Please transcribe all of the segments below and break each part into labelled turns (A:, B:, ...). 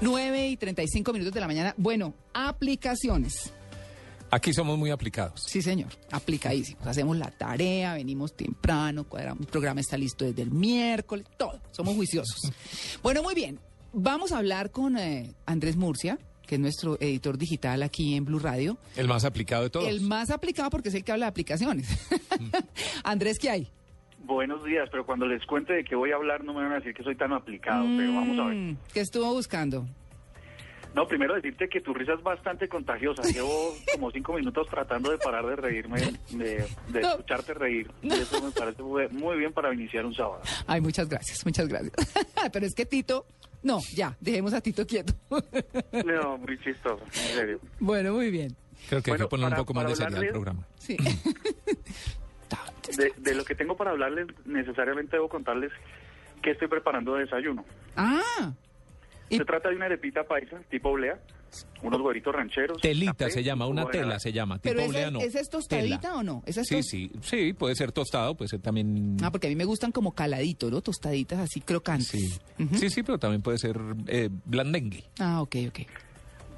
A: 9 y 35 minutos de la mañana. Bueno, aplicaciones.
B: Aquí somos muy aplicados.
A: Sí, señor, aplicadísimos. Hacemos la tarea, venimos temprano, cuadramos, el programa está listo desde el miércoles, todo. Somos juiciosos. Bueno, muy bien. Vamos a hablar con eh, Andrés Murcia, que es nuestro editor digital aquí en Blue Radio.
B: El más aplicado de todos.
A: El más aplicado porque es el que habla de aplicaciones. Andrés, ¿qué hay?
C: Buenos días, pero cuando les cuente de qué voy a hablar no me van a decir que soy tan aplicado, pero Ah, vamos a ver.
A: Mm, ¿Qué estuvo buscando?
C: No, primero decirte que tu risa es bastante contagiosa. Llevo como cinco minutos tratando de parar de reírme, de, de
A: No.
C: escucharte reír. Y eso me parece muy- muy bien para iniciar un sábado.
A: Ay, muchas gracias, muchas gracias. Pero es que Tito, no, ya, dejemos a Tito quieto.
C: No, muy chistoso, en serio.
A: bueno, muy bien.
B: Creo que hay
C: Bueno,
B: que poner
C: para-
B: un poco más
C: para
B: de seriedad al
C: hablarles-
B: programa.
A: Sí.
B: Mm.
C: De, de lo que tengo para hablarles, necesariamente debo contarles que estoy preparando de desayuno.
A: ah, Y-
C: Se trata de una arepita paisa, tipo oblea, unos huevitos rancheros.
B: Telita
C: café,
B: se llama, una
C: jugo de
B: tela
C: naranja.
B: se llama.
A: pero
B: tipo
A: esa,
B: oleano.
A: ¿esa es tostadita
B: Tela.
A: o no? ¿Esa es
B: Sí,
A: tos-
B: sí, sí, puede ser tostado, puede ser también...
A: Ah, porque a mí me gustan como caladitos, ¿no? Tostaditas así crocantes.
B: sí.
A: Ujú.
B: sí, sí, pero también puede ser eh, blandengue.
A: Ah, ok, ok.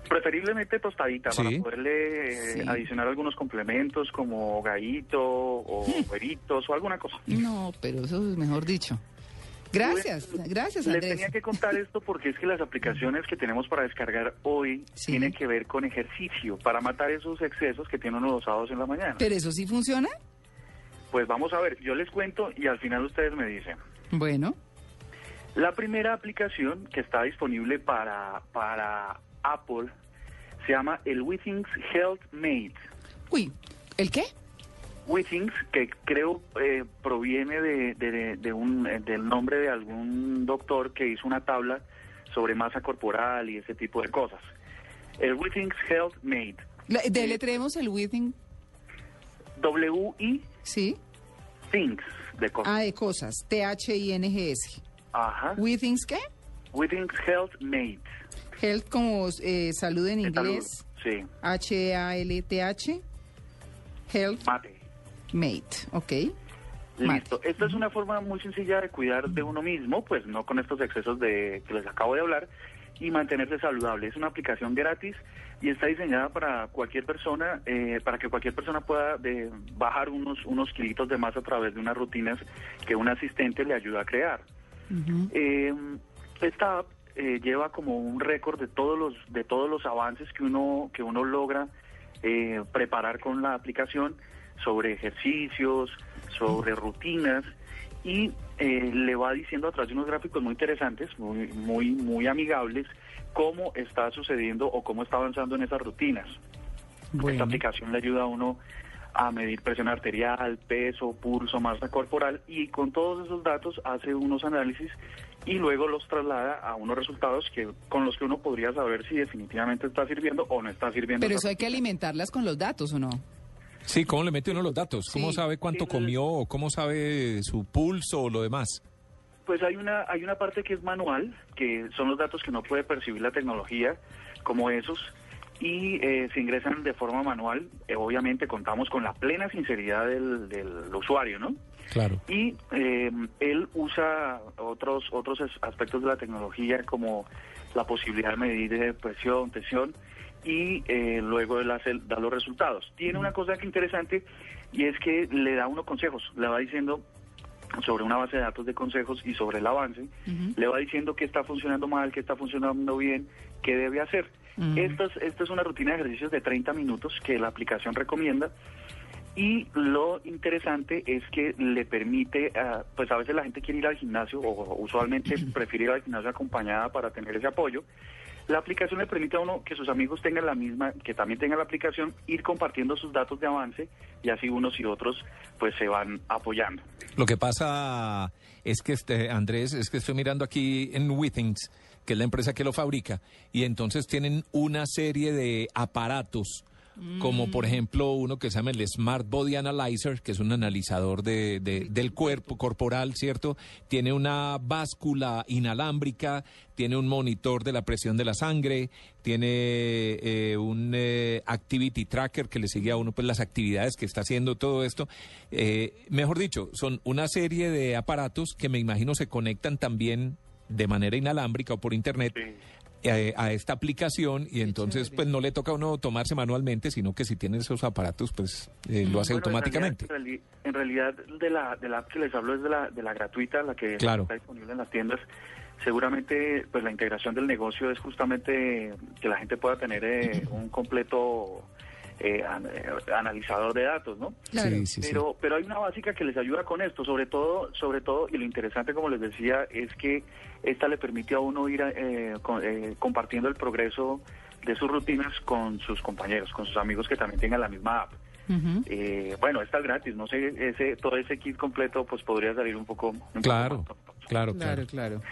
C: Preferiblemente tostadita
B: Sí.
C: para poderle eh,
A: Sí.
C: adicionar algunos complementos como gallito o veritos o alguna cosa.
A: Mm. No, pero eso es mejor dicho. Gracias, gracias
C: Pues, Les
A: Andrés.
C: tenía que contar esto porque es que las aplicaciones que tenemos para descargar hoy
A: Sí.
C: tienen que ver con ejercicio para matar esos excesos que tienen los sábados en la mañana.
A: ¿Pero eso sí funciona?
C: Pues vamos a ver, yo les cuento y al final ustedes me dicen.
A: Bueno,
C: La primera aplicación que está disponible para, para Apple se llama el Withings Health Mate.
A: uy, ¿el qué?
C: Withings, que creo eh, proviene de, de- de un, eh, del nombre de algún doctor que hizo una tabla sobre masa corporal y ese tipo de cosas. El Withings Health Mate.
A: La- Deletreemos el withing,
C: W-I
A: ¿sí?
C: Things, de cosas.
A: Ah, de cosas, T-H-I-N-G-S.
C: Ajá.
A: ¿Withings qué?
C: Withings Health Mate.
A: Health como eh, salud en
C: De salud.
A: inglés,
C: Sí,
A: H-A-L-T-H, Health
C: mate.
A: Mate, ok. Mate.
C: Listo. Esta es una forma muy sencilla de cuidar de uno mismo, pues no con estos excesos de que les acabo de hablar y mantenerse saludable. Es una aplicación gratis y está diseñada para cualquier persona, eh, para que cualquier persona pueda eh, bajar unos unos kilitos de más a través de unas rutinas que un asistente le ayuda a crear.
A: Ujú.
C: Eh, esta app eh, lleva como un récord de todos los de todos los avances que uno que uno logra eh, preparar con la aplicación sobre ejercicios, sobre rutinas y eh, le va diciendo atrás de unos gráficos muy interesantes, muy muy muy amigables cómo está sucediendo o cómo está avanzando en esas rutinas. Pues Esta
A: Bueno.
C: aplicación le ayuda a uno a medir presión arterial, peso, pulso, masa corporal y con todos esos datos hace unos análisis y luego los traslada a unos resultados que con los que uno podría saber si definitivamente está sirviendo o no está sirviendo.
A: Pero
C: esa
A: eso hay que
C: rutina.
A: alimentarlas con los datos, ¿o no?
B: Sí, ¿cómo le mete uno los datos? ¿Cómo
A: Sí.
B: sabe cuánto
C: Sí, no le-
B: comió? o ¿Cómo sabe su pulso o lo demás?
C: Pues hay una hay una parte que es manual, que son los datos que no puede percibir la tecnología, como esos, y eh, se ingresan de forma manual. Eh, obviamente contamos con la plena sinceridad del, del usuario, ¿no?
B: Claro.
C: y eh, él usa otros otros es- aspectos de la tecnología como la posibilidad de medir eh, presión, tensión y eh, luego él hace, da los resultados. Tiene una cosa que interesante y es que le da unos consejos, le va diciendo sobre una base de datos de consejos y sobre el avance, le va diciendo qué está funcionando mal, qué está funcionando bien, qué debe hacer.
A: Ujú.
C: Esta es- esta es una rutina de ejercicios de 30 minutos que la aplicación recomienda y lo interesante es que le permite, ah, pues a veces la gente quiere ir al gimnasio o usualmente prefiere ir al gimnasio acompañada para tener ese apoyo. La aplicación le permite a uno que sus amigos tengan la misma, que también tengan la aplicación, ir compartiendo sus datos de avance y así unos y otros pues se van apoyando.
B: Lo que pasa es que, este, Andrés, es que estoy mirando aquí en Withings, que es la empresa que lo fabrica, y entonces tienen una serie de aparatos, como por ejemplo uno que se llama el Smart Body Analyzer, que es un analizador de- de- del cuerpo corporal, ¿cierto? Tiene una báscula inalámbrica, tiene un monitor de la presión de la sangre, tiene eh, un eh, activity tracker que le sigue a uno pues las actividades que está haciendo todo esto. Eh, mejor dicho, son una serie de aparatos que me imagino se conectan también de manera inalámbrica o por internet eh, a esta aplicación y entonces
A: chévere.
B: pues no le toca a uno tomarse manualmente, sino que si tiene esos aparatos pues eh, lo hace
C: Bueno, en
B: automáticamente.
C: realidad- En realidad, de, la, de la app que les hablo es de la, de la gratuita, la que
B: Claro.
C: está disponible en las tiendas. Seguramente, pues la integración del negocio es justamente que la gente pueda tener eh, un completo eh, an- eh, analizador de datos, ¿no?
A: Claro.
B: Sí, sí, sí.
C: pero, pero hay una básica que les ayuda con esto, sobre todo, sobre todo, y lo interesante, como les decía, es que esta le permite a uno ir eh, con- eh, compartiendo el progreso de sus rutinas con sus compañeros, con sus amigos que también tengan la misma app.
A: Ujú.
C: Eh, bueno, esta es gratis, no sé, ese, todo ese kit completo pues podría salir un poco... un poco
B: Claro,
C: más costoso.
B: claro, claro.
A: Claro, claro.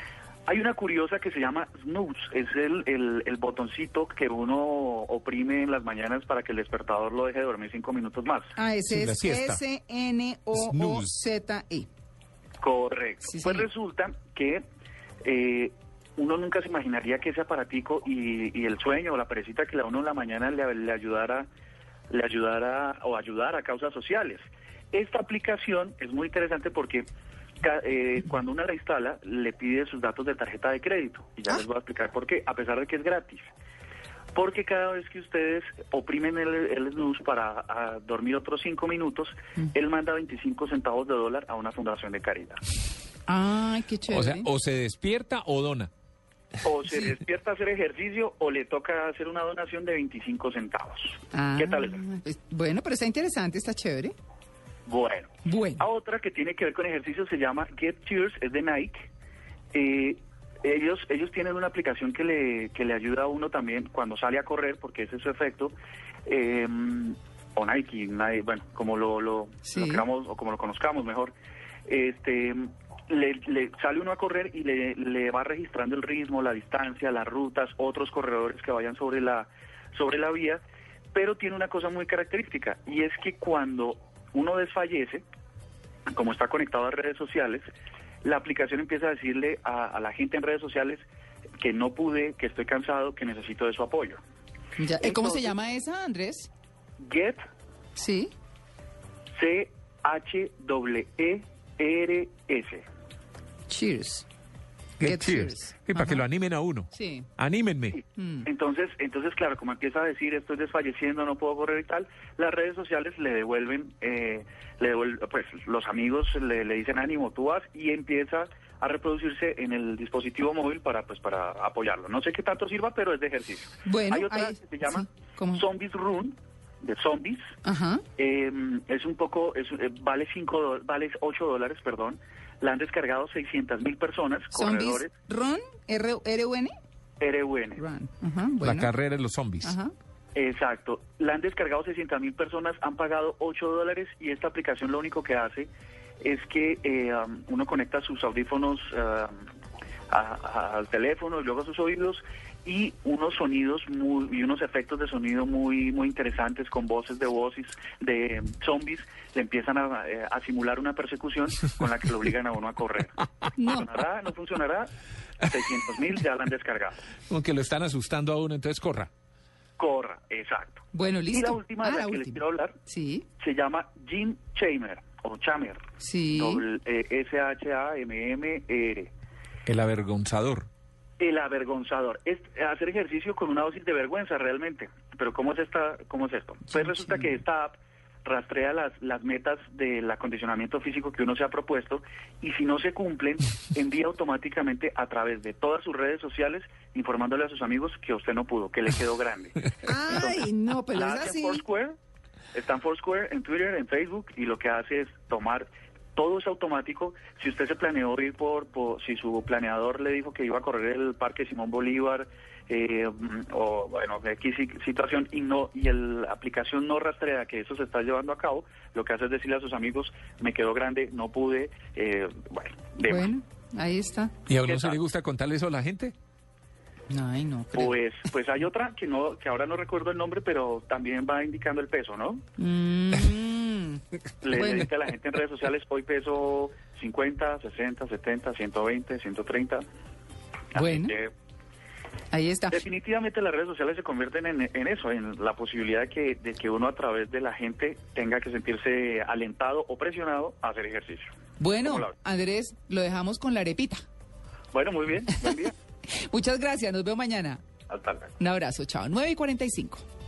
C: Hay una curiosa que se llama snooze, es el, el, el botoncito que uno oprime en las mañanas para que el despertador lo deje dormir cinco minutos más.
A: Ah,
B: Sí,
A: ese
B: la
A: es
B: siesta.
A: S-N-O-O-Z-E.
C: Correcto.
A: Sí,
C: pues
A: señor.
C: resulta que eh, uno nunca se imaginaría que ese aparatico y, y el sueño o la perecita que le da uno en la mañana le, le ayudara le ayudara o ayudar a causas sociales. Esta aplicación es muy interesante porque ca- eh, cuando una la instala le pide sus datos de tarjeta de crédito y
A: Ah.
C: ya les voy a explicar por qué, a pesar de que es gratis. Porque cada vez que ustedes oprimen el, el snooze para ah, dormir otros cinco minutos, él manda 25 centavos de dólar a una fundación de caridad.
A: Ay, qué
B: O sea,
A: chévere.
B: o se despierta o dona.
C: O se despierta a hacer ejercicio o le toca hacer una donación de 25 centavos.
A: Ah,
C: ¿Qué tal? eso?
A: pues, bueno, pero está interesante, está chévere.
C: Bueno.
A: Bueno.
C: A otra que tiene que ver con ejercicio se llama Get Cheers, es de Nike. Eh, ellos, ellos tienen una aplicación que le, que le ayuda a uno también cuando sale a correr, porque ese es su efecto. eh, o Nike, Nike, bueno, como lo, lo,
A: Sí.
C: lo queramos o como lo conozcamos mejor. Este, le, le sale uno a correr y le, le va registrando el ritmo, la distancia, las rutas, otros corredores que vayan sobre la, sobre la vía, pero tiene una cosa muy característica y es que cuando uno desfallece, como está conectado a redes sociales, la aplicación empieza a decirle a, a la gente en redes sociales que no pude, que estoy cansado, que necesito de su apoyo.
A: Ya, ¿eh, ¿Cómo se
C: Entonces-
A: llama esa, Andrés?
C: Get
A: Sí.
C: C H W E R S.
A: Cheers.
B: Qué
A: Get
B: cheers.
A: cheers.
B: Y para que
A: Ajá.
B: lo animen a uno.
A: Sí.
B: Anímenme.
A: Mm.
C: Entonces, entonces claro, como empieza a decir estoy desfalleciendo, no puedo correr y tal, las redes sociales le devuelven, eh, le devuel- pues los amigos le, le dicen ánimo, tú vas y empieza a reproducirse en el dispositivo móvil para pues para apoyarlo. No sé qué tanto sirva, pero es de ejercicio.
A: Bueno,
C: hay otra
A: ahí-
C: que se llama
A: sí, ¿cómo?
C: Zombies Run de zombies.
A: Ajá.
C: Eh, es un poco, es, eh, vale cinco, do- vale 8 dólares, perdón. La han descargado 600 mil personas,
A: Zombies.
C: corredores,
A: Ron, R-U-N.
C: RUN.
A: Run. Ajá, bueno.
B: La carrera de los zombies.
A: Ajá.
C: Exacto. La han descargado 60 mil personas, han pagado 8 dólares y esta aplicación lo único que hace es que eh, um, uno conecta sus audífonos um, a- a- al teléfono y luego a sus oídos y unos sonidos muy, y unos efectos de sonido muy muy interesantes con voces de voces de em, zombies le empiezan a, eh, a simular una persecución con la que lo obligan a uno a correr.
A: No.
C: ¿Funcionará? ¿No funcionará? 600 mil ya la han descargado.
B: Como que lo están asustando a uno, entonces corra.
C: Corra, exacto.
A: Bueno, listo.
C: Y la última de
A: Ah,
C: la,
A: la
C: que les
A: última.
C: quiero hablar
A: Sí,
C: se llama Jim Chamer o Chamer.
A: sí.
C: doble, eh, S-H-A-M-M. eh,
B: El avergonzador.
C: el avergonzador. Es hacer ejercicio con una dosis de vergüenza realmente. Pero ¿cómo es, esta, cómo es esto? Pues
A: Jim
C: resulta
A: Chamer.
C: que esta app rastrea las, las metas del acondicionamiento físico que uno se ha propuesto y si no se cumplen, envía automáticamente a través de todas sus redes sociales informándole a sus amigos que usted no pudo, que le quedó grande.
A: Ay, no, pero
C: La
A: es
C: hace en
A: así.
C: Foursquare, está en Foursquare, en Twitter, en Facebook, y lo que hace es tomar, todo es automático, si usted se planeó ir por, por- si su planeador le dijo que iba a correr el Parque Simón Bolívar, eh, mm, o bueno, X si- situación, y no y el- la aplicación no rastrea que eso se está llevando a cabo, lo que hace es decirle a sus amigos, me quedó grande, no pude, eh, bueno, demás.
A: Bueno, ahí está.
B: ¿Y a
C: ¿Qué
B: uno se
C: tal?
B: le gusta contarle eso a la gente?
A: Ay, no creo.
C: Pues, pues hay otra que no, que ahora no recuerdo el nombre, pero también va indicando el peso, ¿no?
A: Mm.
C: Le, le
A: Bueno.
C: dice a la gente en redes sociales, hoy peso 50, 60, 70, 120, 130. Así
A: Bueno. Ah.
C: que
A: Ahí está.
C: definitivamente las redes sociales se convierten en, en eso, en la posibilidad de que, de que uno a través de la gente tenga que sentirse alentado o presionado a hacer ejercicio.
A: Bueno,
C: ¿Cómo la ve?
A: Andrés, lo dejamos con la arepita.
C: Bueno, muy bien, buen día.
A: Muchas gracias, nos vemos mañana.
C: Hasta luego.
A: Un abrazo, chao. 9 y 45.